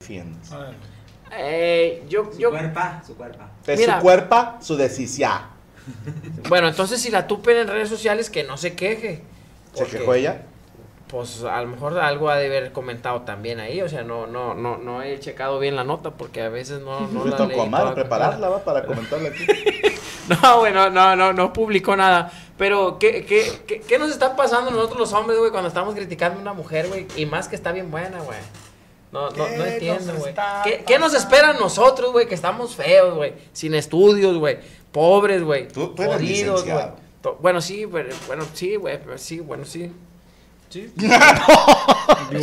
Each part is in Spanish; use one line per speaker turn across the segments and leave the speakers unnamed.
defiendes?
Ah. Eh, yo,
Su
yo,
cuerpo, su cuerpo.
De
Mira.
su cuerpo, su decisión.
bueno, entonces si la tupen en redes sociales, que no se queje.
¿Se
Porque,
quejó ella?
Pues a lo mejor algo ha de haber comentado también ahí, o sea, no, no, no, no he checado bien la nota porque a veces no, no
Me
la
tocó
leí
a Mar
toda
prepararla ¿va? para comentarla aquí.
No, bueno, no, no, no publicó nada. Pero, ¿qué, qué, qué, qué nos está pasando nosotros los hombres, güey, cuando estamos criticando a una mujer, güey? Y más que está bien buena, güey. No, no, no
¿Qué
entiendo,
nos
güey.
está
¿Qué, qué nos esperan nosotros, güey? Que estamos feos, güey. Sin estudios, güey. Pobres, güey.
Tú- tú eres
jodidos, güey.
licenciado.
To- Bueno, sí, güey, bueno, sí, güey, pero sí, bueno, sí. Sí.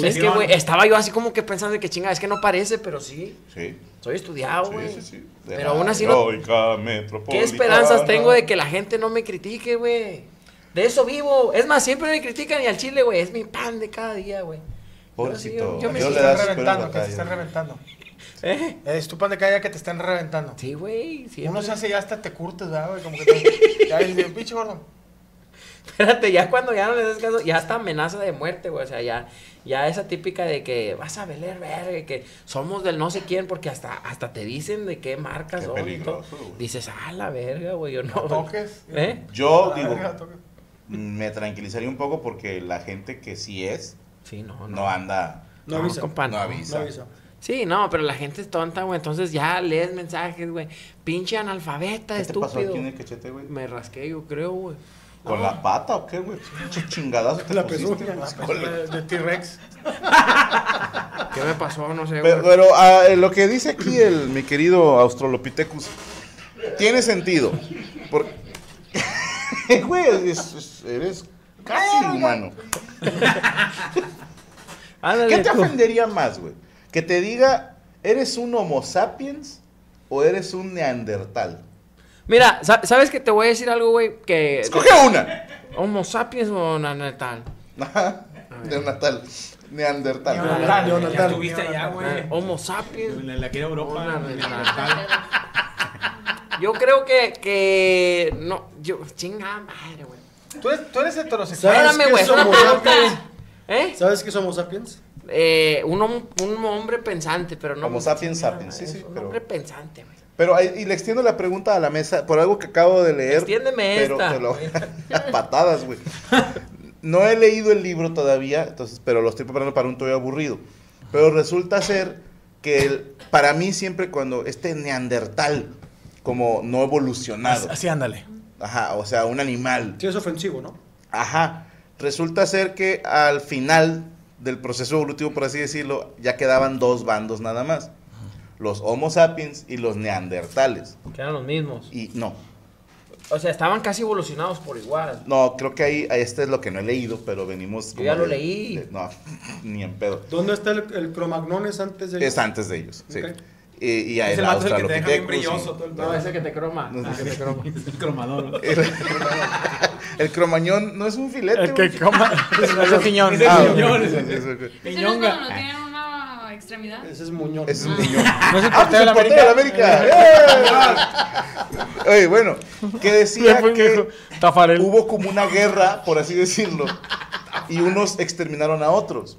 es que, güey, estaba yo así como que pensando de que chinga, es que no parece, pero sí.
Sí.
Soy estudiado, güey.
Sí, sí, sí. De
Pero
la
aún así no,
heroica metropolitana.
¿Qué esperanzas tengo de que la gente no me critique, güey? De eso vivo. Es más, siempre me critican y al chile, güey, es mi pan de cada día, güey. Pero sí,
Pobrecito.
yo me
Dios
siento
le
están
da sus
reventando,
pelos
que
de
se están
batalla.
reventando.
¿Eh?
Es tu pan de cada día que te están reventando.
Sí, güey. siempre.
Uno se hace ya hasta te curtes, ¿verdad, güey? Como que te... Ya dices, pinche gordo.
Espérate, ya cuando ya no les das caso, ya está amenaza de muerte, güey. O sea, ya, ya esa típica de que vas a veler, verga, que somos del no sé quién, porque hasta, hasta te dicen de qué marcas
Qué
son. y
peligroso,
todo.
güey.
Dices, ah, la verga, güey, yo no.
No toques.
¿Eh?
Yo
Ah,
digo,
ya toques.
me tranquilizaría un poco porque la gente que sí es,
Sí, no, no.
no anda,
No
No,
avisa.
compa,
no
no.
No
avisa.
avisa.
Sí, no, pero la gente es tonta, güey. Entonces ya lees mensajes, güey. Pinche analfabeta,
¿Qué te
estúpido.
pasó aquí en el cachete, güey?
Me rasqué, yo creo, güey.
¿Con la pata o qué, güey? Pinche chingadazo te
La
pusiste,
pezuña.
güey.
La pezuña de T-Rex.
¿Qué me pasó? No sé,
Pero,
güey.
pero, ah, lo que dice aquí el mi querido Australopithecus tiene sentido. Por- Güey, es- es- eres casi humano.
Ándale,
¿Qué te
tú.
ofendería más, güey? Que te diga, ¿eres un Homo sapiens o eres un Neandertal?
Mira, sa- ¿sabes que te voy a decir algo, güey? Que
Escoge una.
Homo sapiens o nanetal.
Ajá, Neandertal. Neandertal.
Neandertal,
Ya
Neandertal.
estuviste allá, güey.
Homo sapiens.
En la que era Europa.
Una
en la-
nanetal. Yo creo que, que no, yo, chingada madre, güey.
¿Tú eres, tú eres heterosexual.
¿Sabes
Espérame,
qué
güey,
es
es una
Homo
pregunta.
sapiens?
¿Eh?
¿Sabes qué somos sapiens?
Eh, un, hom- un hombre pensante, pero no.
Homo sapiens sapiens, sí,
Es
sí,
Un
pero-
hombre pensante, güey.
Pero, ahí- y le extiendo la pregunta a la mesa por algo que acabo de leer.
Extiéndeme
pero
esta.
te lo- a patadas, güey. No he leído el libro todavía, entonces, pero lo estoy preparando para un toyo aburrido. Pero resulta ser que el- para mí siempre cuando este neandertal, como no evolucionado,
Así ándale.
ajá, o sea, un animal,
Sí, es ofensivo, ¿no?
ajá, resulta ser que al final del proceso evolutivo, por así decirlo, ya quedaban dos bandos nada más. Los Homo sapiens y los neandertales.
Que eran los mismos.
Y no,
O sea, estaban casi evolucionados por igual.
No, creo que ahí, ahí este es lo que no he leído, pero venimos.
Yo
como
ya lo
de-
leí.
de- no, ni en pedo.
¿Dónde está el, el cromagnon? ¿Es antes de
Es antes de ellos, sí.
Ok.
Y, y a
Es
el
el vato el que te deja bien
Australopithecus.
brilloso todo el
No, ese que te croma.
No,
ese que te croma.
Es el cromador.
El, el cromañón no es un filete.
El
güey.
que coma. Es un piñón.
Es el
Ah,
piñón.
bueno, ese- ese-
Ese no es cuando Pues no tienen una extremidad.
Ese es Muñón.
ese es un
Ah.
piñón.
No es el
Ah, pues el portero de la América. ¡Eh! Oye, bueno, que decía que
Tafarel.
hubo como una guerra, por así decirlo, y unos exterminaron a otros.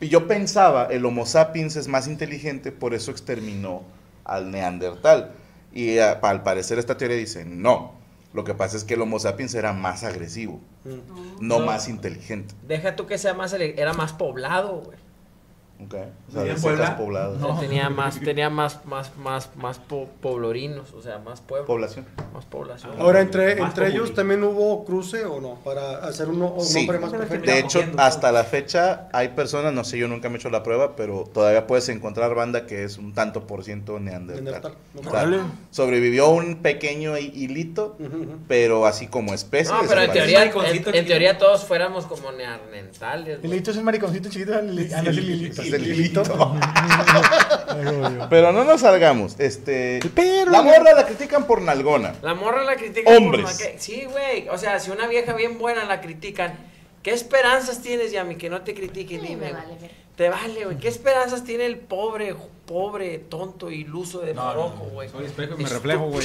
Y yo pensaba, el Homo sapiens es más inteligente, por eso exterminó al Neandertal. Y a- al parecer esta teoría dice, no, lo que pasa es que el Homo sapiens era más agresivo,
Mm.
no, más inteligente.
Deja tú que sea más, ele- era más poblado, güey.
Ok, O sea,
¿Y en
de
Puebla?
cepas pobladas.
O sea, tenía más, tenía más, más, más, más po- poblorinos, o sea, más pueblos,
Población.
más población.
Oh,
Ahora, entre,
Más
entre ellos
populi.
también hubo cruce o no, para hacer uno, un
Sí.
hombre más perfecto.
De hecho, hasta la fecha hay personas, no sé, yo nunca me he hecho la prueba, pero todavía puedes encontrar banda que es un tanto por ciento neandertal.
Neandertal.
O sea, sobrevivió un pequeño hi- hilito,
Ujú, ujú.
pero así como especie.
No, Ah, pero en
desapareció.
teoría,
Mariconcito
en, en
chiquito.
teoría todos fuéramos como neandertales, güey.
Lilito es un mariconcito chiquito. Ah, no, es Lilito.
Es el hilito. pero no nos salgamos. Este, la morra la critican por nalgona.
La morra la critican por
Hombres.
ma- que- sí, güey. O sea, si una vieja bien buena la critican, ¿qué esperanzas tienes, Yami, que no te critiquen?
Ay,
Dime,
me
güey.
vale ver.
Te vale, güey. ¿Qué esperanzas tiene el pobre, pobre, tonto, iluso de Morocco, güey?
Soy espejo y me reflejo, güey.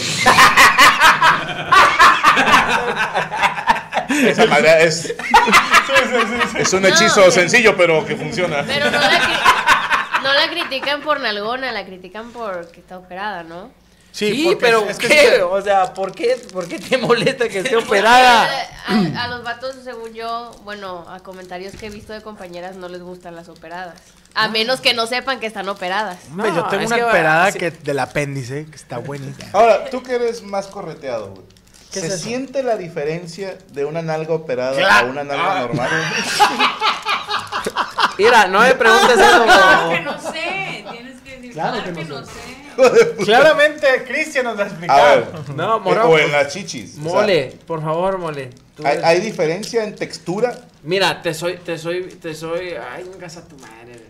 Esa madre es, es un hechizo
No.
sencillo, pero que funciona.
Pero no la, cri-
No la critican por nalgona, la critican porque está operada, ¿no?
Sí,
porque
pero
es
¿qué?
que sí-
O sea, ¿por qué, ¿por qué te molesta que esté operada?
Porque, eh, A, a los vatos, según yo, bueno, a comentarios que he visto de compañeras, no les gustan las operadas. A menos que no sepan que están operadas.
Hombre, Pues yo
No,
tengo
es
una
que va-
operada
sí.
que, del apéndice que está buenísima.
Ahora, tú que eres más correteado, güey.
¿Qué
¿Se
es eso?
siente la diferencia de una nalga operada a una nalga normal?
Mira, no me preguntes eso.
Claro
güey.
Ah, que no sé. Tienes que decir,
Claro
claro,
que
que,
no
no sé.
Claramente, Cristian nos va a
A ver.
No,
eh,
morón.
o en las chichis. o sea,
Mole, por favor, mole. Tú
¿hay,
eres-
hay diferencia en textura?
Mira, te soy, te soy, te soy. Ay, nunca a tu madre.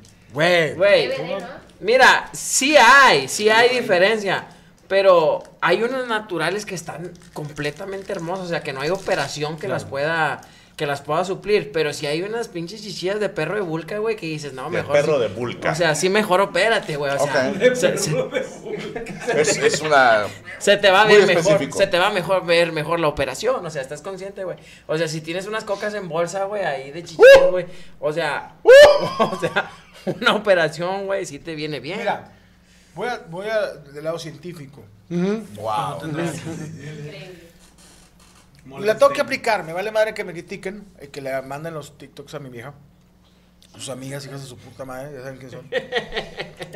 Güey.
güey. Güey,
Debe de, ¿no?
mira, sí hay, sí hay diferencia. Pero hay unas naturales que están completamente hermosas. O sea, que no hay operación que las pueda. Que las pueda suplir, pero si hay unas pinches chichillas de perro de vulca, güey, que dices, no,
De
Ah, mejor.
perro
sí-
de vulca.
O sea, sí, mejor opérate, güey. O sea,
Ok.
se- se-
Es, es una...
se te va a
Muy
ver mejor,
específico.
se te va mejor ver mejor la operación, o sea, estás consciente, güey. O sea, si tienes unas cocas en bolsa, güey, ahí de chichón,
¡Uh!
güey. O sea, o sea, una operación, güey, sí te viene bien.
Mira.
Voy a, voy a del lado científico.
¡Wow!
La tengo que aplicar, me vale madre que me critiquen, eh, que le manden los TikToks a mi vieja. Sus amigas, hijas de su puta madre, ya saben quién son.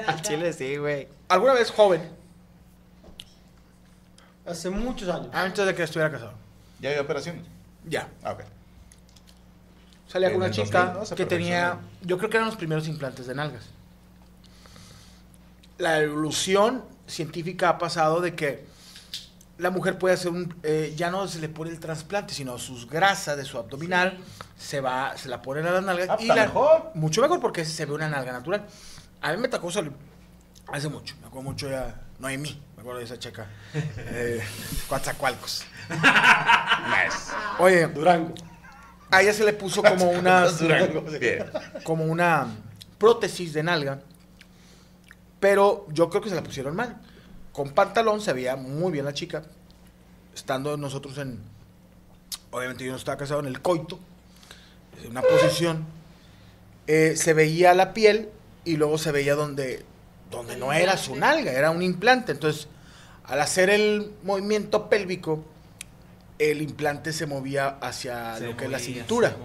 Al chile sí, güey.
Alguna vez joven,
Hace muchos años.
antes de que estuviera casado,
¿Ya hay operaciones?
ya.
Ah, ok.
Salía con
En
una
el
chica
2000, ¿no? Se
que tenía, yo creo que eran los primeros implantes de nalgas. La evolución científica ha pasado de que la mujer puede hacer un, eh, ya no se le pone el trasplante, sino sus grasas de su abdominal se va, se la ponen a las nalgas
Ah,
y
está
la-
mejor.
mucho mejor porque se ve una nalga natural. A mí me tocó salir hace mucho, me acuerdo mucho ya, no hay mí, me acuerdo de esa checa, eh, Coatzacoalcos. Oye,
Durango.
a ella se le puso como una
Durango. Bien.
como una prótesis de nalga, pero yo creo que se la pusieron mal. Con pantalón se veía muy bien la chica, estando nosotros en, obviamente yo no estaba casado, en el coito, en una posición, eh, se veía la piel y luego se veía donde, donde no era su nalga, era un implante. Entonces, al hacer el movimiento pélvico, el implante se movía hacia lo que es la cintura.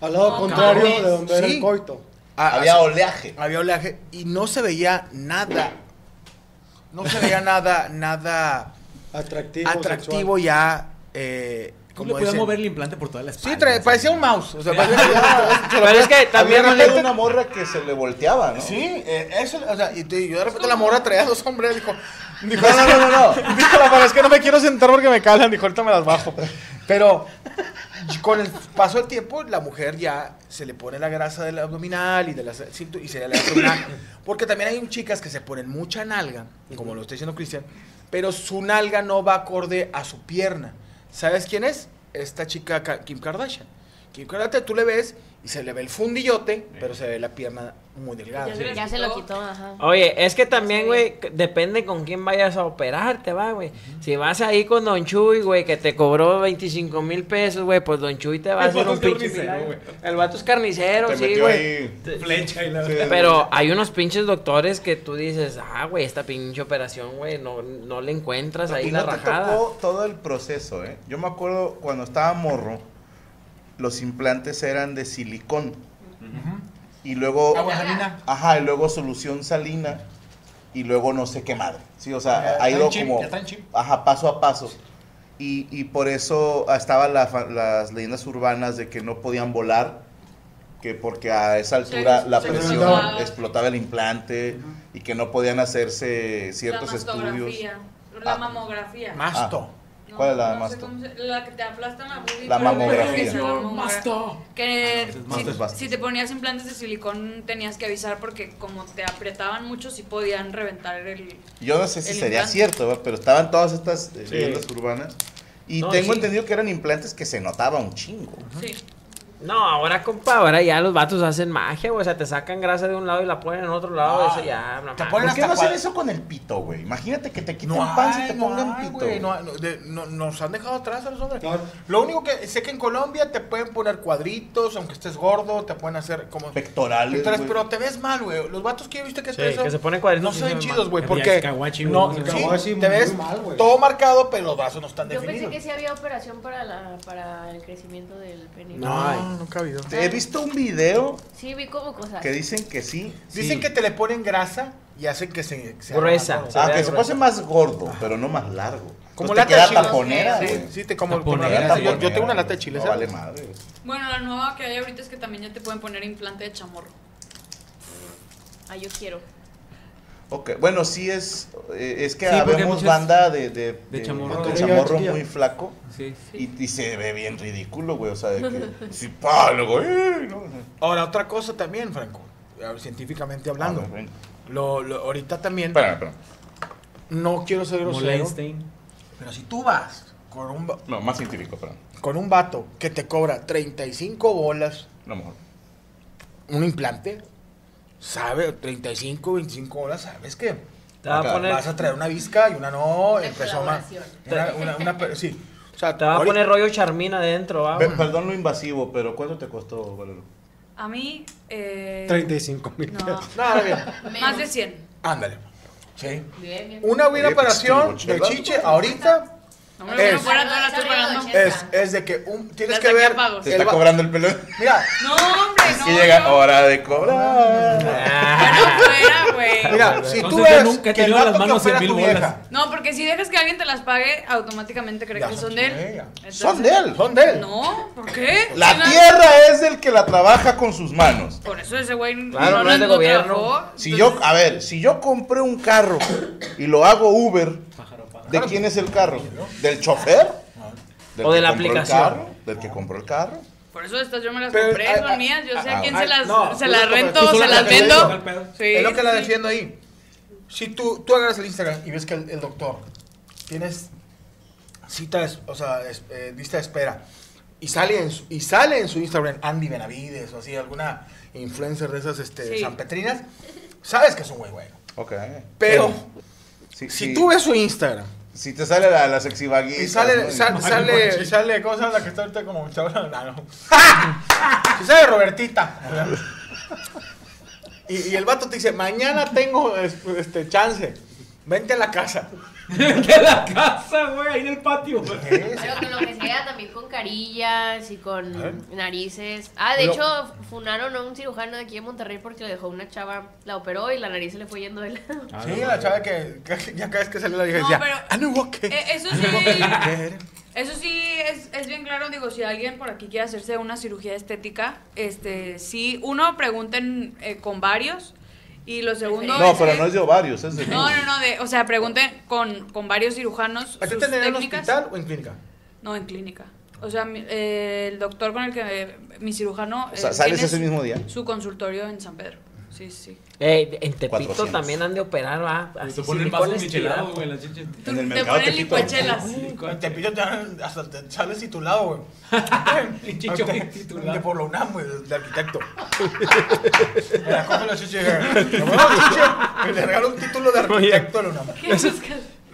Al lado
No,
contrario
Ah, cabrones.
de donde era
Sí.
el coito.
A-
Había
hacia-
oleaje.
había oleaje y no se veía nada. No se veía nada, nada
Atractivo.
atractivo ya. Eh, como
¿Cómo le podías
dicen.
mover el implante por toda la espalda?
Sí, trae-
así.
parecía un mouse. O sea, parecía-
Ah, Pero es que también
Había
no le-
una morra que se le volteaba, ¿no?
sí, eh, eso, o sea, y, te- yo de repente la morra traía dos hombres, dijo, dijo,
No, no, no, no.
dijo la morra, es que no me quiero sentar porque me calan, dijo, ahorita me las bajo. Pero con el paso del tiempo, la mujer ya se le pone la grasa del abdominal y de la cintu- y se le hace una- Porque también hay un chicas que se ponen mucha nalga, como lo está diciendo Cristian, pero su nalga no va acorde a su pierna. ¿Sabes quién es? Esta chica Ka- Kim Kardashian. Kim Kardashian, tú le ves y se le ve el fundillote, pero se ve la pierna muy delgada.
Ya, se- ya se lo quitó, ajá.
Oye, es que también, güey, c- depende con quién vayas a operarte, va, güey. Si vas ahí con Don Chuy, güey, que te cobró 25 mil pesos, güey, pues Don Chuy te va a
El
hacer
vato
un
es
pinche
carnicero,
milagro.
güey.
El vato es carnicero,
Te
sí,
metió
güey.
ahí.
Flecha y la
Sí.
Pero hay unos pinches doctores que tú dices, ah, güey, esta pinche operación, güey, no, no le encuentras ahí
Y
la
no te
rajada.
tocó todo el proceso, ¿eh? Yo me acuerdo cuando estaba morro, los implantes eran de silicón. Y luego...
Ah,
Agua salina.
Ajá, y luego solución salina. Y luego no sé qué madre. Sí, o sea, ha ido como. Ajá, paso a paso. Y, y por eso estaban las leyendas urbanas de que no podían volar. Que porque a esa altura
Se-
la
se
presión
explotaba.
explotaba el implante. Y que no podían hacerse ciertos
la
estudios.
mastografía, La
Ah.
mamografía.
Masto.
No,
¿Cuál es la
no
masto?
sé cómo se- la que te aplastan la boobie,
La
pero-
mamografía.
Esa, la mamografía.
Ah,
Que
no, ese es
si-
masto,
es masto.
si te ponías implantes de silicón tenías que avisar porque como te apretaban mucho sí podían reventar el...
Yo no sé si
El
sería
implante.
cierto, ¿verdad? pero estaban todas estas eh, leyendas urbanas. Y
No,
tengo
sí.
entendido que eran implantes que se notaba un chingo.
Sí.
No, ahora, compa, ahora ya los vatos hacen magia, güey. O sea, te sacan grasa de un lado y la ponen en otro lado. eso ya, no
Te
Ah,
ponen
mames.
¿Por qué no
hasta
hacer
cuad-
eso con el pito, güey? Imagínate que te quiten
No
panza y
hay,
te
no
pongan
hay,
pito.
güey,
güey.
no hay, no, de- no- nos han dejado atrás a los hombres.
No.
Lo único que sé que en Colombia te pueden poner cuadritos, aunque estés gordo, te pueden hacer como
Pectorales,
pectorales,
güey.
pero te ves mal, güey. Los vatos que yo he visto que
Sí,
traen eso
que se ponen cuadritos
no
y
se
se
ven
ven
chidos,
mal.
güey,
Ya,
porque
ya, kawachi, güey,
no,
no se
sí,
ven
kawachi,
te
muy
ves
mal, güey.
todo marcado, pero los brazos no están
Yo pensé
definidos.
que sí había operación para, la, para el crecimiento del pene.
No, nunca ha habido.
He visto un video
Sí, vi como cosas.
que dicen que sí.
Dicen que te le ponen grasa y hacen que se, se
Gruesa.
haga más,
Se
Ah,
vea
que se
grueso.
pone más gordo, pero no más largo.
Como
Como la
lata de
Pues queda
chiles.
taponera,
¿no?
güey.
Sí, sí, te como el
Taponera,
Queda
yo, yo
taponera,
tengo una lata de chile,
No
¿sabes?
vale madre. güey.
Bueno, la nueva que hay ahorita es que también ya te pueden poner implante de chamorro.
Ah, yo quiero.
Ok, bueno, sí es. eh, es que
Sí, porque hay
habemos
muchas-
banda de, de,
de chamorro.
de
Ok,
chamorro
ya, ya.
muy flaco
Sí.
y, y se ve bien ridículo, güey. O sea, de que. sí, pa, luego, eh, no.
Ahora, otra cosa también, Franco, eh, científicamente hablando.
Ah, bueno.
Lo, lo- ahorita también,
Espera, espera.
no quiero ser grosero,
Molenstein.
pero si tú vas con un, va-
No, más científico, perdón.
con un vato que te cobra 35 bolas
No, mejor.
un implante, sabe, 35, 25 bolas, sabes que
Te va a
Acá,
poner,
vas a traer una visca y una no,
Una
empezó más.
colaboración.
Una, una, una pe- sí. O sea,
te va a
ahorita-
poner rollo charmina adentro, va.
Pe- perdón lo invasivo, pero ¿cuánto te costó, Valero?
A mí, eh,
35 mil
No,
No, ahora bien,
más de 100.
ándale. Sí.
Bien, bien.
Una buena
Oye, pues,
operación
tu
de
bochela.
chiche ahorita
No me
Es.
no fuera todas las estoy pagando.
es, es de que un, tienes
Las
que
de aquí
ver.
apago. Te
Te
el
está
va-
cobrando el pelón.
Mira,
No, hombre, no.
Que llega
no.
hora de cobrar.
Ya no fuera, güey.
mira, si tú
Entonces,
ves
yo nunca he
que el
tenido
vato
las manos
que opera
en mil
tu
bolas.
vieja,
No, porque si dejas que alguien te las pague, automáticamente crees
Ya
que
son
son de
de
él.
ella.
Entonces-
Son de él.
son de él.
No, ¿por qué? Si
La
no-
tierra es del que la trabaja con sus manos.
Por eso ese güey
Claro, no es de gobierno.
trabajó,
Si
entonces-
yo, a ver, si yo compré un carro y lo hago Uber, ¿de quién es el carro? ¿Del chofer? ¿Del
O
que
de la
compró el
aplicación.
carro? ¿Del que compró el carro?
Por eso estas yo me las
Pero,
compré,
ah,
son mías. Yo sé
ah,
a quién
ah,
se las,
no,
se
tú
las
lo compraste,
rento,
tú solo
se las
las vendiste.
vendo. Sí,
Es lo que la
sí.
defiendo ahí. Si tú, tú agarras el Instagram y ves que el, el doctor tienes cita, es- o sea, es- eh, lista de espera, y sale, en su, y sale en su Instagram Andy Benavides o así, alguna influencer de esas este,
Sí.
sanpetrinas, sabes que es un güey bueno.
Ok.
Pero
Si,
si
si-
tú ves su Instagram
Si te sale la, la sexy vaguita,
y sale,
¿no?
sal-
Y-
sale, sale, ¿cómo se llama la que está ahorita como chaval? No, no. Si sale Robertita. Y, y el vato te dice, mañana tengo es- este chance, vente a la casa.
De la casa, güey, ahí en el patio. güey.
Pero con lo que sea, también con carillas y con narices. Ah, de
Lo-
hecho, funaron a un cirujano de aquí en Monterrey porque lo dejó una chava, la operó y la nariz se le fue yendo de lado.
Sí, la chava que, que ya cada vez que salió la vieja
No,
decía,
pero-
"Ah, no, ok".
Eh, eso sí. Eso sí es, es bien claro, digo, si alguien por aquí quiere hacerse una cirugía estética, este, sí, uno pregunten eh, con varios y lo segundo
No, pero
que-
no es de ovarios, es de...
No, no, no, de, o sea, pregunten con, con varios cirujanos
¿A ti
sus
te en el
técnicas.
hospital o en clínica?
No, en clínica. O sea, mi- eh, el doctor con el que eh, mi cirujano
O sea,
eh,
¿sales
tiene
ese
su-
mismo día?
Su consultorio en San Pedro. Sí, sí.
Eh, en Tepito
400.
también han de operar, va.
Te
Así,
ponen
silicones
vasos michelados,
tirados.
güey, las chiches.
En el
Te
mercado
ponen
Tepito.
licuachelas.
En Tepito te dan- hasta te sales titulado, güey.
Pinche
Hasta-
choque titulado.
De por la UNAM, güey, de arquitecto. Me la cojo la chiche. Le voy a dar chiche, y le regalo un título de arquitecto a la UNAM.
¿Qué buscas?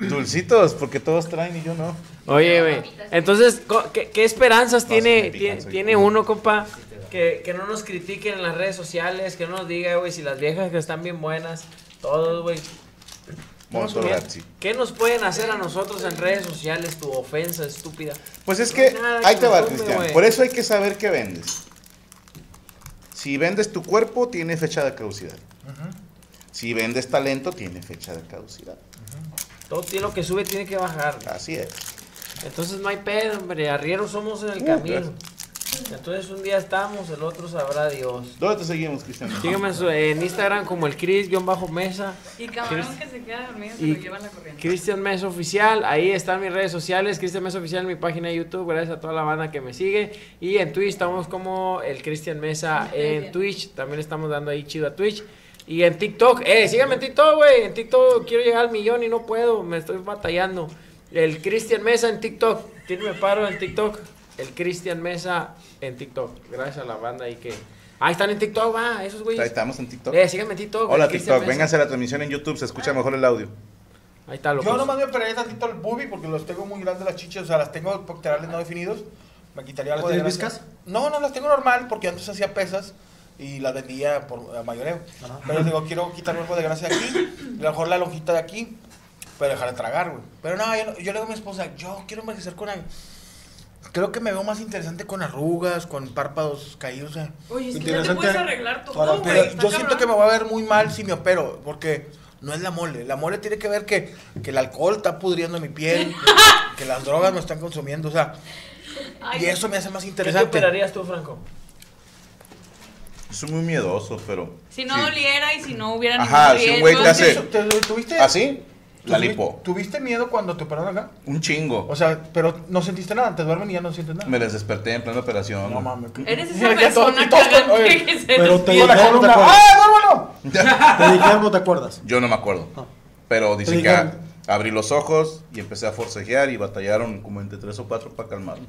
Dulcitos, porque todos traen y yo no.
Oye, güey. Entonces, co- ¿qué, qué esperanzas
No, sí
tiene,
me pican,
tie-
soy-
tiene uno, compa? Que, que no nos critiquen en las redes sociales, que no nos diga, güey, si las viejas que están bien buenas, todos, güey.
Montorazzi.
¿Qué nos pueden hacer a nosotros en redes sociales tu ofensa estúpida?
Pues es que
No hay nada
ahí
que
te va,
conforme,
Cristian.
güey.
Por eso hay que saber qué vendes. Si vendes tu cuerpo, tiene fecha de caducidad. Si vendes talento, tiene fecha de caducidad.
Todo tiene lo que sube tiene que bajar.
Así es.
Entonces no hay pedo, hombre. Arrieros somos en el
Uh,
camino. Entonces un día estamos, el otro sabrá Dios.
¿Dónde te seguimos, Cristian?
Sígueme en su- en Instagram como el Cris-Mesa.
Y camarón que se queda dormido se
Y-
lo llevan la corriente.
Cristian Mesa Oficial, ahí están mis redes sociales, Cristian Mesa Oficial en mi página de YouTube, gracias a toda la banda que me sigue. Y en Twitch estamos como el Cristian Mesa en Twitch, también le estamos dando ahí chido a Twitch. Y en TikTok, eh, síganme en TikTok, güey, en TikTok quiero llegar al millón y no puedo, me estoy batallando. El Cristian Mesa en TikTok, ¿quién me paro en TikTok? el Cristian Mesa en TikTok. Gracias a la banda ahí que. Ahí están en TikTok, va, esos
Ahí
güeyes.
estamos en TikTok.
Eh, síganme en TikTok.
Hola
el Cristian
TikTok,
Mesa.
vénganse a la transmisión en YouTube, se escucha mejor el audio.
Ahí está, lo
Yo nomás me operaría tantito el bubi porque los tengo muy grandes las chichas, o sea, las tengo pectorales no definidos. Me quitaría
¿Las
algo de
tienes
grasa.
viscas?
No, no, las tengo normal porque antes hacía pesas y las vendía por a mayoreo. Pero digo, quiero quitarme algo de grasa de aquí, y a lo mejor la lonjita de aquí, pero dejar de tragar, güey. Pero no, yo, yo le digo a mi esposa, yo quiero envejecer con... ar- Creo que me veo más interesante con arrugas, con párpados caídos, o sea.
Oye, es que ya te
Interesante.
puedes arreglar
Ahora,
todo, güey.
Pero
está
yo siento
cabrón.
que me va a ver muy mal si me opero, porque no es la mole. La mole tiene que ver que, que el alcohol está pudriendo mi piel, que las drogas me están consumiendo, o sea,
Ay,
y eso me hace más
¿Qué te
interesante.
operarías tú, Franco?
Soy muy miedoso, pero.
Si no
sí.
doliera y si no hubiera
Ajá,
ningún
si un güey
riesgo,
te hace-
Eso, ¿te- ¿Tuviste?
¿Así? Ah, La
tuvi-
lipo.
¿Tuviste miedo cuando te operaron acá?
Un chingo.
O sea, pero no sentiste nada, te duermen y ya no sientes nada.
Me les desperté en plena operación.
No mames.
Eres esa
Ya todos-
persona
todos-
cagante
oye,
que se
pero te-
con la
Ya no te
columna,
acuerdas.
¡Ah, duérmelo!
Te dijeron, no te acuerdas.
Yo no me acuerdo. Ah. Pero dice
Te
que
dijeron.
abrí los ojos y empecé a forcejear y batallaron como entre tres o cuatro para calmarme.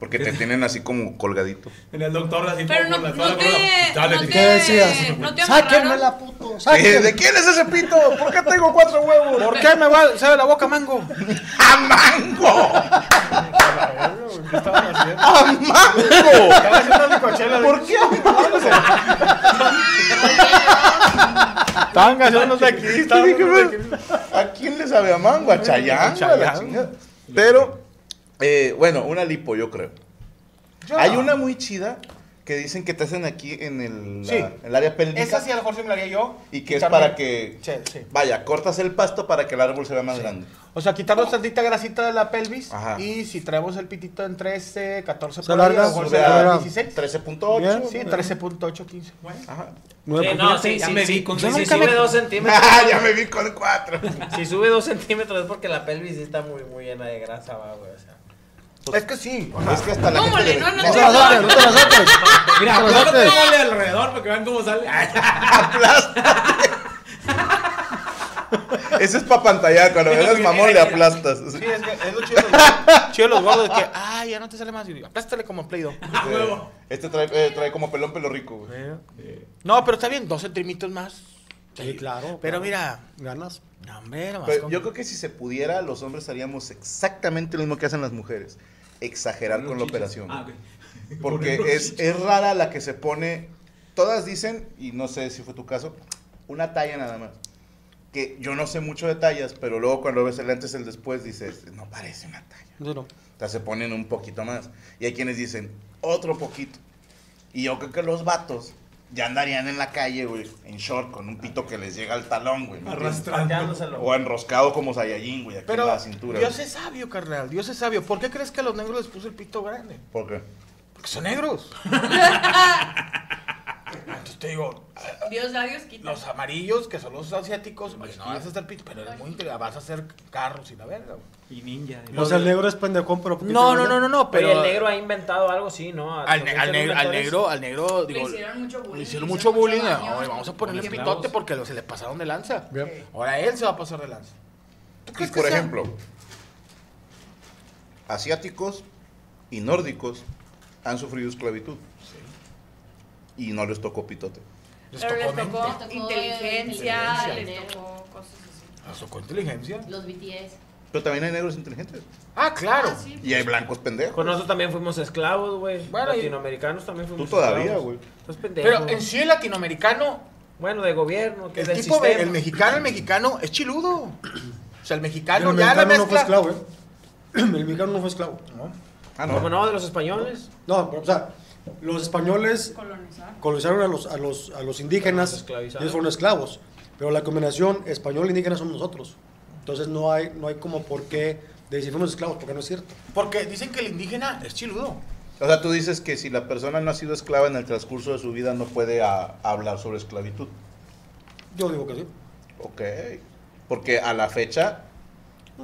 Porque te tienen así como colgadito.
En el doctor así
Pero no,
todo por la
no
sala, por
te.
la- Dale,
no
Cristian.
¿Qué decías?
Eh, No te
¡Sáquenme
amarraron.
la puto!
Eh,
¡Sáquenme!
¿De quién es ese pito? ¿Por qué tengo cuatro huevos?
¿Por qué me va, sabe la boca, mango?
¡A mango! ¡A mango! ¿Por qué a mango?
Estaban gaseando aquí, estaban gaseándonos aquí.
¿A quién le sabe a mango? ¿A Chayanne? A la chingada. Pero, eh, bueno, una lipo, yo creo. Hay una muy chida que dicen que te hacen aquí en el,
Sí.
la- el área pélvica.
Esa sí a lo mejor sí me la haría yo.
Y que es
Quitarme-
para que-
Sí, sí.
Vaya, cortas el pasto para que el árbol se vea más grande.
O sea, quitarnos tantita grasita de la pelvis.
Ajá.
Y si traemos el pitito en 13, 14
Se
por ahí, a lo
alarga,
mejor
se
será
alarga.
16.
13.8.
Sí, 13.8, 15.
Ajá.
Sí, no, sí,
ya
sí,
me
sí.
vi con
Sí,
seis
Si
centímetros.
sube dos centímetros.
Ah, ya me vi con 4.
Si sube dos centímetros es porque la pelvis sí está muy, muy llena de grasa, va, güey. O sea.
Es que sí.
Es que hasta la
¿Cómo
gente
le- no, no,
¡No te la saques! ¡No te la saques!
Mira,
Pero date.
aplástate mole alrededor para que vean cómo sale.
Eso es para pantallar. Cuando veas mamón le aplastas.
Sí, es, que es lo chido de los, chido de los gordos. de que, ah, ya no te sale más. Y digo, aplástale como en Play Doh.
Eh, Este trae, eh, trae como pelón pelo rico. güey.
Eh, No, pero está bien, 12 trimitos más.
Sí, claro.
Pero
claro.
mira,
Ganas.
no, hombre, nomás
Pero
con-
yo creo que si se pudiera, los hombres haríamos exactamente lo mismo que hacen las mujeres. Exagerar con la operación.
Ah, ok.
Porque
Ponerlo
es, es rara la que se pone. Todas dicen, y no sé si fue tu caso, una talla nada más. Que yo no sé mucho de tallas, pero luego cuando ves el antes y el después dices, no parece una talla.
Duro.
O sea, se ponen un poquito más. Y hay quienes dicen, otro poquito. Y yo creo que los vatos ya andarían en la calle, güey, en short, con un pito que les llega al talón, güey. ¿me entiendes?
Arrastrándolo.
O enroscado como Saiyajin, güey, aquí en
Pero
la cintura.
Dios
güey.
es sabio, carnal. Dios es sabio. ¿Por qué crees que a los negros les puso el pito grande?
¿Por qué?
Porque son negros. Entonces te digo,
Dios da, Dios quita.
los amarillos, que son los asiáticos, pues no vas a estar pito, pero es muy interesante. Vas a hacer carros y la verga, güey.
Y ninja. eh.
O sea, el negro es pendejón, pero... ¿por qué
No,
te
no,
gusta?
no, no, no, pero.
Pero el negro ha inventado algo, sí, ¿no? A-
Al, ne- al
muchos
negro, al
inventores.
negro, al negro, digo.
le hicieron mucho bullying.
le hicieron
le
mucho bullying.
daño.
"Ay, vamos a ponerle
Porque
pitote
bravos.
porque lo- se le pasaron de lanza.
Bien.
Ahora él se va a pasar de lanza. ¿Tú
Y,
crees que
por
sea-
ejemplo, asiáticos y nórdicos han sufrido esclavitud. Y no les tocó pitote.
Les
Pero
tocó
les tocó
mente,
inteligencia,
Inteligencia.
les tocó cosas así.
les tocó inteligencia.
Los BTS.
Pero también hay negros inteligentes.
Ah, claro.
Ah, sí.
Y hay blancos pendejos.
Con nosotros también fuimos esclavos, güey.
Bueno, y-
Latinoamericanos también fuimos
Tú todavía,
esclavos.
güey.
Estás pendejo.
Pero en sí el latinoamericano,
Bueno, de gobierno, que
el
del
tipo, de-
sistema.
el mexicano, el mexicano es chiludo. O sea, el mexicano
el
ya la
mexicano no fue
mezcla.
esclavo, ¿eh? El mexicano no fue esclavo.
Ah,
¿Cómo
no.
no? De los españoles.
No, pero, o sea, los españoles
Colonizar.
colonizaron a los, a los, a los indígenas,
Los esclavizaron.
ellos fueron esclavos, pero la combinación español-indígena somos nosotros. Entonces no hay, no hay como por qué decir fuimos esclavos, porque no es cierto.
Porque dicen que el indígena es chiludo.
O sea, tú dices que si la persona no ha sido esclava en el transcurso de su vida, no puede ah, hablar sobre esclavitud.
Yo digo que sí.
Ok. Porque a la fecha,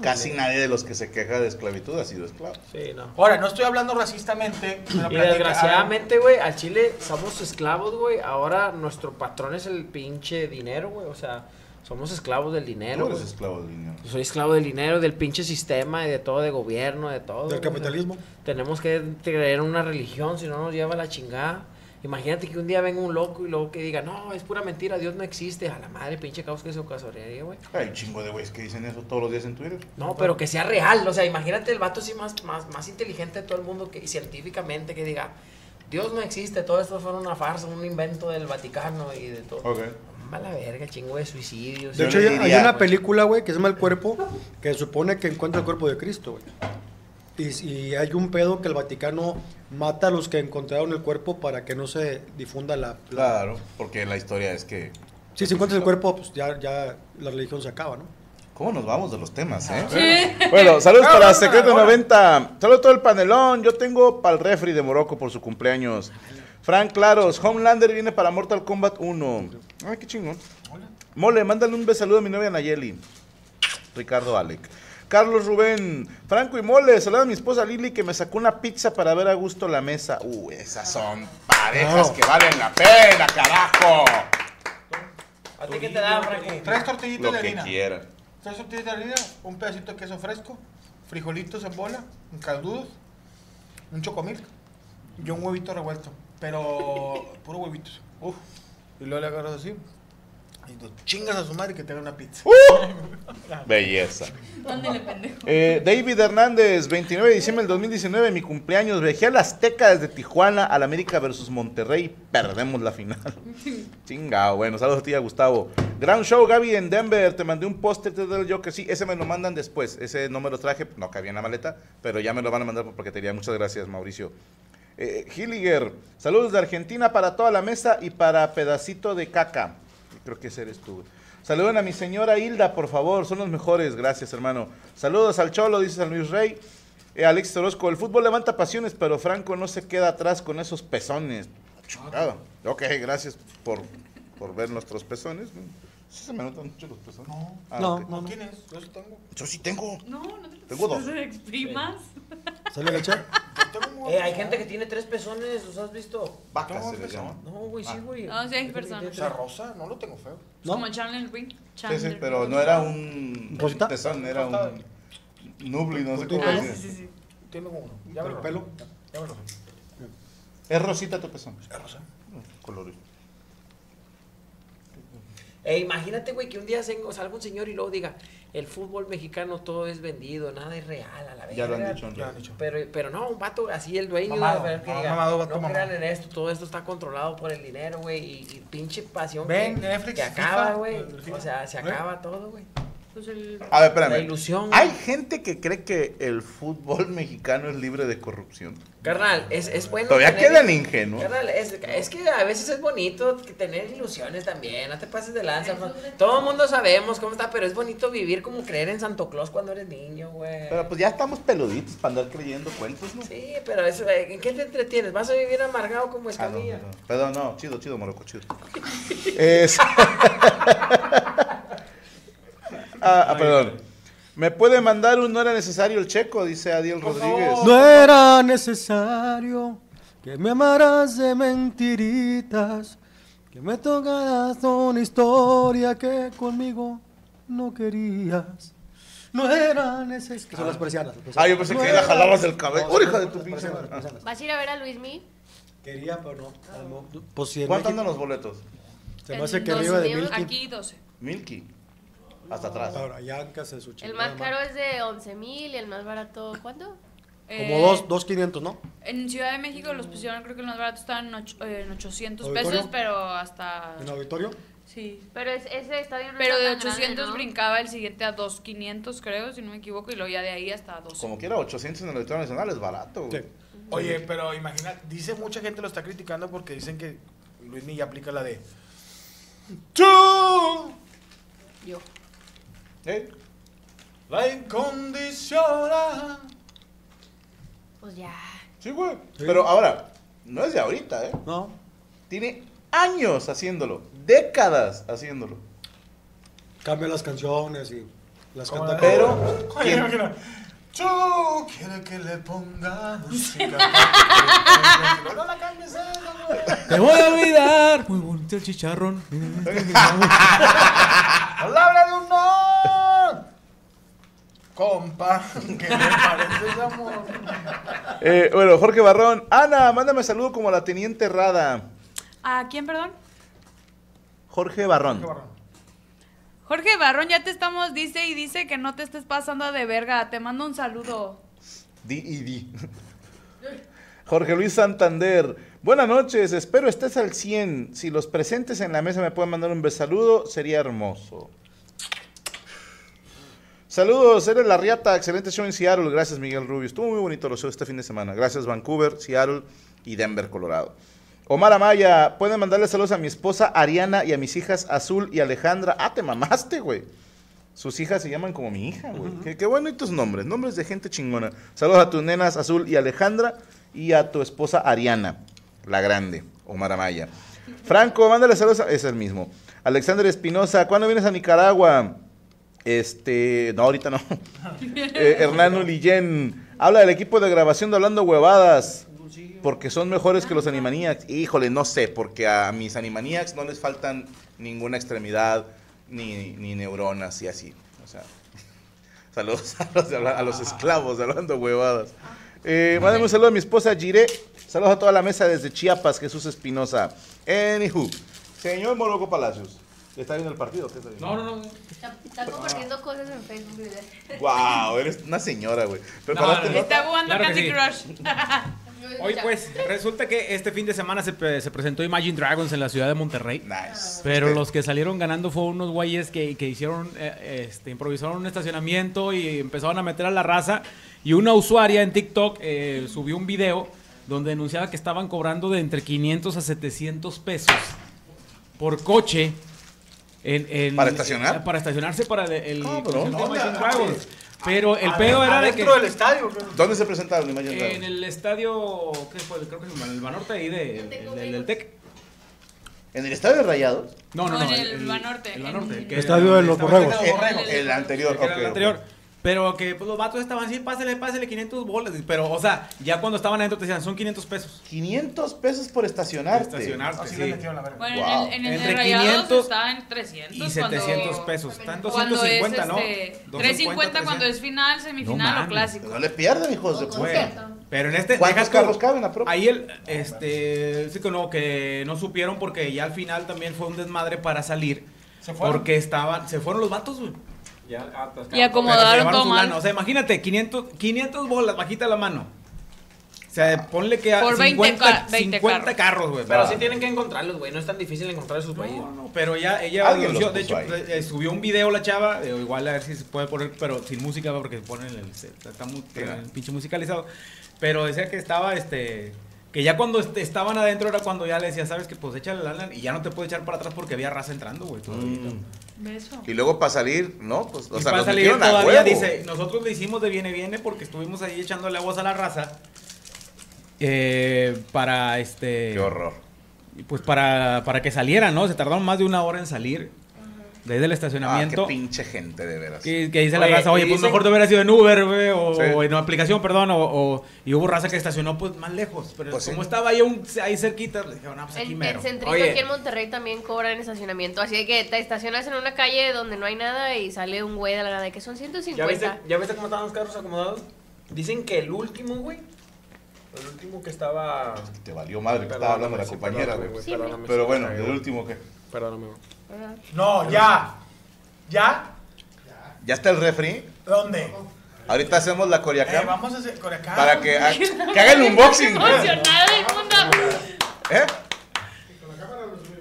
casi nadie de los que se queja de esclavitud ha sido esclavo.
Sí, no.
Ahora, no estoy hablando racistamente. pero
Y
platica-
desgraciadamente, güey, al Chile somos esclavos, güey. Ahora nuestro patrón es el pinche dinero, güey. O sea, Somos esclavos del dinero.
Tú eres
güey.
esclavo del dinero.
Yo soy esclavo del dinero, del pinche sistema, y de todo, de gobierno, de
Oh,
todo.
Del
güey.
capitalismo.
Tenemos que creer en una religión, si no nos lleva a la chingada. Imagínate que un día venga un loco y luego que diga, no, es pura mentira, Dios no existe. A la madre, pinche caos que se ocasionaría, güey.
Hay un chingo de güeyes que dicen eso todos los días en Twitter.
No, pero que sea real. O sea, imagínate el vato así más, más, más inteligente de todo el mundo que, y científicamente que diga, Dios no existe, todo esto fue una farsa, un invento del Vaticano y de todo.
Ok.
Mala verga, chingo de suicidios.
De
Yo
hecho,
le
hay, hay
diría,
una
güey.
película, güey, que se llama El Cuerpo, que supone que encuentra el cuerpo de Cristo, güey. Y, y hay un pedo que el Vaticano mata a los que encontraron el cuerpo para que no se difunda la... la-
Claro, porque la historia es que.
Si se encuentra el cuerpo, pues ya, ya la religión se acaba, ¿no?
¿Cómo nos vamos de los temas, eh?
Sí.
Bueno, saludos
Ah,
para
hola,
Secreto
hola.
90. Saludos a todo el panelón. Yo tengo para el refri de Morocco por su cumpleaños. Frank Claros, Homelander viene para Mortal Kombat 1. Ay, qué chingón. Mole, mándale un besaludo a mi novia Nayeli. Ricardo Alec. Carlos Rubén, Franco y Mole, saludos a mi esposa Lili que me sacó una pizza para ver a gusto la mesa. Uh, esas son parejas
Claro.
que valen la pena, carajo.
¿A ti qué te da, Franco?
Tres tortillitas
Lo
de
que
harina.
quieran.
Tres tortillitas de harina, un pedacito de queso fresco, frijolitos en bola, un caldudos, un chocomil y un huevito revuelto. Pero puro huevitos. Uf. Y luego le agarras así. Y digo, chingas a su madre que te haga una pizza.
Belleza.
¿Dónde le pendejo?
Eh, David Hernández, 29 de diciembre del 2019, mi cumpleaños. Viajé al Azteca desde Tijuana al América versus Monterrey. Perdemos la final. Chingao, bueno, saludos a ti, a Gustavo. Gran show, Gaby, en Denver. Te mandé un póster del yo que sí. Ese me lo mandan después. Ese no me lo traje, no cabía en la maleta, pero ya me lo van a mandar por paquetería. Muchas gracias, Mauricio. Eh, Hilliger, saludos de Argentina para toda la mesa y para pedacito de caca. Creo que ese eres tú. güey. Saluden a mi señora Hilda, por favor, son los mejores. Gracias, hermano. Saludos al Cholo, dice San Luis Rey. Eh, Alex Orozco, el fútbol levanta pasiones, pero Franco no se queda atrás con esos pezones. Chingado. Ok, gracias por, por ver nuestros pezones. Sí se me notan mucho los pezones. No,
No,
¿No tienes? Yo sí tengo.
Yo sí tengo.
No, no te
Tengo dos.
no te exprimas.
¿Sale la chat?
Yo tengo un
Eh, hay gente que tiene tres pezones, ¿los has visto?
Vacas
Tengo
se les
pezón.
llaman.
No, güey, sí, güey.
No, sí hay
Hay gente que
personas.
tiene
O sea,
tres.
rosa, no lo tengo feo.
¿No?
Como Chandler Ring.
Sí,
Chandler
sí, pero
Bing.
no era un
¿Rosita?
pezón, era un nubli, no sé cómo
Ah, sí,
decir.
sí, sí.
Tengo uno. Ya me
¿Pero
lo
pelo?
Ya me lo
Es rosita tu pezón.
Es rosa.
Colores.
Eh, imagínate, güey, que un día sen- salga un señor y luego diga, el fútbol mexicano todo es vendido, nada es real, a la verga.
Ya lo han dicho. en
Ya lo
realidad.
han dicho.
Pero, pero no, un vato así, el dueño
Mamado,
de la verga que
ma-
diga,
mamado, vato
no crean
mamado".
en esto, todo esto está controlado por el dinero, güey, y, y pinche pasión
Ven,
que,
Netflix,
que
FIFA,
acaba, güey.
el FIFA.
O sea, se
Ven.
acaba todo, güey.
Pues el...
A ver, espérame.
La ilusión,
Hay
güey.
gente que cree que el fútbol mexicano es libre de corrupción.
Carnal, es, es bueno.
Todavía
tener-
quedan ingenuos.
Carnal, es, es que a veces es bonito que tener ilusiones también, no te pases de lanza. ¿no? Todo el mundo sabemos cómo está, pero es bonito vivir como creer en Santo Claus cuando eres niño, güey.
Pero pues ya estamos peluditos para andar creyendo cuentos, ¿no?
Sí, pero eso, eh, ¿en qué te entretienes? ¿Vas a vivir amargado como
Ah, no,
escamilla?
no, no. Perdón, no, chido, chido, moroco, chido. Es- ah, ah, perdón. ¿Me puede mandar un no era necesario el checo? Dice Adiel Rodríguez.
No era necesario que me amaras de mentiritas, que me tocaras una historia que conmigo no querías. No era necesario. Son las persianas. las persianas.
Ah, yo pensé
No
que la
era-
jalabas del cabello.
No,
¡Oh,
son
hija de
las
tu pinche
persianas, las
madre!
persianas.
¿Vas a ir a ver a Luismi?
Quería, pero no. Ah, no. Pues si en
¿Cuánto andan
México-
los boletos?
Se me hace
En
que arriba de
dos
mil.
Aquí 12.
Milky. Hasta atrás.
Ahora, ya casi su
El
chingada
más
madre.
caro es de 11 mil y el más barato, ¿cuánto?
Como
eh,
dos, dos quinientos, ¿no?
En Ciudad de México los pusieron, creo que el más barato estaban en, ocho- eh, en 800
¿Auditorio?
pesos, pero hasta...
En auditorio.
Sí.
Pero es, ese estadio no
Pero
está
de
tan grande,
800
¿no?
brincaba el siguiente a 2500, creo, si no me equivoco, y luego ya de ahí hasta 12.
Como quiera, 800 en el Auditorio Nacional es barato. güey.
Sí.
Oye, pero imagina, dice mucha gente lo está criticando porque dicen que Luis ya aplica la de. Tú,
Yo.
¿Eh?
la incondicional.
Pues ya.
Sí, güey.
Sí.
Pero ahora, no es de ahorita, ¿eh?
No.
Tiene años haciéndolo, décadas haciéndolo.
Cambia las canciones y las
¿Cómo
canta.
la-
Pero,
Oye,
¿quién?
imagina. Tú quiere que le ponga música. no la cambies, eh, no, güey.
Te voy a olvidar. Muy bonito el chicharrón.
¡Palabra de honor! Compa, ¿qué le parece ese amor?
Eh, bueno, Jorge Barrón. Ana, mándame saludo como la teniente Rada.
¿A quién, perdón?
Jorge Barrón.
Jorge Barrón, ya te estamos, dice y dice que no te estés pasando de verga. Te mando un saludo.
Di y di. Jorge Luis Santander. Buenas noches, espero estés al 100. Si los presentes en la mesa me pueden mandar un besaludo, sería hermoso. Saludos, eres la Riata, excelente show en Seattle. Gracias, Miguel Rubio. Estuvo muy bonito los shows este fin de semana. Gracias, Vancouver, Seattle y Denver, Colorado. Omar Amaya, pueden mandarle saludos a mi esposa Ariana y a mis hijas Azul y Alejandra. Ah, te mamaste, güey. Sus hijas se llaman como mi hija, güey. Qué, qué bonitos nombres, nombres de gente chingona. Saludos a tus nenas Azul y Alejandra y a tu esposa Ariana, la grande, Omar Amaya. Franco, mándale saludos a... Es el mismo. Alexander Espinosa, ¿cuándo vienes a Nicaragua? Este... No, ahorita no. Eh, Hernán Ulillén, habla del equipo de grabación de Hablando Huevadas. Porque son mejores que los Animaniacs. Híjole, no sé, porque a mis Animaniacs no les faltan ninguna extremidad, ni, ni neuronas y así. O sea, saludos a los, de habla- a los esclavos de hablando huevadas. Eh, mándame un saludo a mi esposa Jire. Saludos a toda la mesa desde Chiapas, Jesús Espinosa. Anywho, señor Moroco Palacios, ¿está viendo el partido? ¿Qué está viendo?
No, no, no. no.
Está, está compartiendo cosas en Facebook. ¿verdad?
Wow, eres una señora, güey. este ¿Preparaste
No, no, no.
nota?
Está jugando
Claro que
Candy Crush.
Hoy pues, resulta que este fin de semana se, pre- se presentó Imagine Dragons en la ciudad de Monterrey.
Nice.
Pero
Este,
los que salieron ganando fue unos güeyes que, que hicieron, eh, este, improvisaron un estacionamiento y empezaron a meter a la raza. Y una usuaria en TikTok eh, subió un video donde denunciaba que estaban cobrando de entre 500 a 700 pesos por coche. en- en-
¿Para estacionar?
eh, para estacionarse para de- el,
Cabrón.
concierto de
¿Dónde?
Imagine Dragons. Pero el pedo era de que...
Dentro del estadio, güey.
¿Dónde se presentaron? Imagine
En
Dragons?
el estadio, ¿qué fue? Creo que es el Banorte ahí de, el, el- el- del TEC.
¿En el estadio de Rayados?
No, no,
No,
no.
en el Banorte,
El Banorte.
en-
que-
Estadio de los
estaba
Borregos.
cerca de
Eh,
Borregos.
El, anterior,
que era el
ok, ok.
anterior. Pero que pues, los vatos estaban así, pásele, pásele 500 bolas. Pero, o sea, ya cuando estaban adentro te decían, son 500 pesos.
500 pesos por
para
estacionarte.
Estacionarte,
Así
sí.
le metieron la verga.
Bueno,
Wow.
en el, en el
Entre
de Rayados
500
está en 300.
Y 700
cuando,
pesos. Están
cuando
250,
es,
¿no?
este,
250,
350 cuando es final, semifinal
No
o
mames.
clásico.
No le pierdan, hijos de
Ojo,
puta.
Bueno, pero en este.
¿Cuántos
deja tú-
carros caben, apro?
Ahí el. Este. Sí que no, que no supieron porque ya al final también fue un desmadre para salir.
Se fueron.
Porque estaban. Se fueron los vatos, güey.
Y acomodaron
Pero se llevaron
todo
su
mal.
lana. O sea, imagínate, 500, 500 bolas, bajita la mano. O sea, ponle que a
Por 20
50,
ca- 20
50 carros, güey.
Pero
Ah.
sí tienen que encontrarlos, güey. No es tan difícil encontrar esos güeyes.
No, no, pero ya ella
Alguien
anunció,
los
de
puso
hecho,
ahí.
eh, subió un video la chava, eh, igual a ver si se puede poner, pero sin música, porque ponen el, este, está mu-
Claro.
el pinche musicalizado. Pero decía que estaba, este, que ya cuando este- estaban adentro era cuando ya le decía, sabes que pues échale la lana y ya no te puede echar para atrás porque había raza entrando, güey. todavía.
Mm.
Beso.
Y luego para salir, ¿no? Pues, o
y
sea,
para
los
salir
metieron a
todavía
huevo.
dice, nosotros le hicimos de viene viene porque estuvimos ahí echándole aguas a la raza. eh, para este.
Qué horror.
Y pues para, para que salieran, ¿no? Se tardaron más de una hora en salir desde el
Ah, qué
estacionamiento.
pinche gente, de veras.
que, que dice
Oye,
la raza,
y
oye, pues
dicen-
mejor te hubiera sido en Uber, güey, o,
Sí.
o en una aplicación, perdón, o, o- y hubo raza que estacionó pues más lejos, pero
Pues sí.
como estaba ahí, un- ahí cerquita, le dijeron, ah, pues aquí
El,
mero.
el centrito
Oye.
aquí en Monterrey también cobran estacionamiento. Así de que te estacionas en una calle donde no hay nada y sale un güey de la nada de que son
¿Ya
150.
viste, ¿Ya viste cómo estaban los carros acomodados? Dicen que el último, güey. El último que estaba.
Te valió madre que estaba hablando la compañera, güey.
Sí,
Perdóname,
Pero
sí,
bueno,
me
el
cagué.
último que...
Perdóname, güey.
¿Verdad?
No, ya. ¿Ya?
¿Ya está el refri?
¿Dónde?
Ahorita hacemos la
Eh,
coreacá
vamos a hacer con acá.
para
Ah,
que, ha- que haga el unboxing, güey.
Emocionada del mundo.
¿Eh?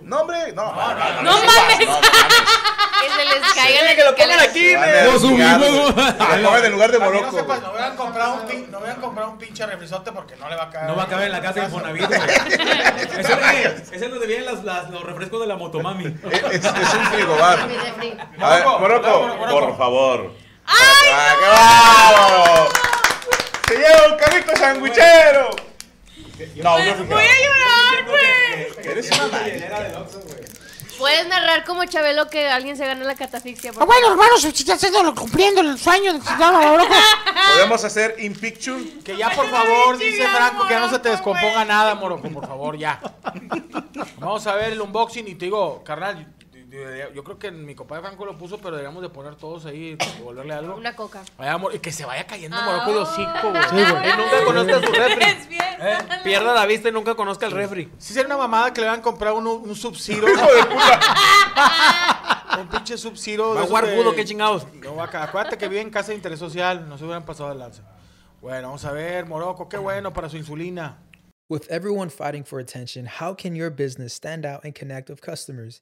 No, hombre, no. No, no,
No mames.
Que se les caiga la
que lo pongan
escalera.
aquí, güey.
Lo
Lo subimos,
subimos. en el lugar de
Para que no
Morocco.
sepas,
güey.
no hubieran comprado un, pin- no hubieran comprado un pinche refrisote porque no le va a caber.
No va a caber en la
Ah,
casa de Infonavit, güey. Ese es- ese es donde vienen las- las- los refrescos de la motomami.
Es, es- es un frigobar.
Mi refri.
A ver,
Morocco,
Morocco,
Morocco, Morocco.
por favor. ¡Ay, qué bárbaro! ¡Se lleva un carrito sandwichero! No, no fui
Voy a llorar, güey.
Eres una madre.
Puedes narrar como Chabelo que alguien se gana la catafixia. por
Ah, bueno, hermano, si está haciendo cumpliendo el sueño de Chicano, la verdad.
¿Podemos hacer in picture?
Que ya, por favor, dice
chingada,
Franco, que ya no se
Morocco,
te descomponga
güey.
nada, Morocco, por favor, ya. Vamos a ver el unboxing y te digo, carnal, debería- yo creo que mi compadre Franco lo puso, pero deberíamos de poner todos ahí, devolverle algo.
Una coca.
Vaya, amor, y que se vaya cayendo
Ah,
Morocco de hocico, güey.
Sí,
güey.
Y nunca conozca su refri.
Despierta.
Pierda la vista y nunca conozca el refri.
Si sería una mamada que le van a comprar uno, un Sub-Zero. un pinche Sub-Zero.
Va a
esos
jugar
de-
judo, qué chingados.
No, vaca, acuérdate que vive en casa de interés social, no se hubieran pasado de lanza. Bueno, vamos a ver, Morocco, qué bueno para su insulina.
With everyone fighting for attention, how can your business stand out and connect with customers?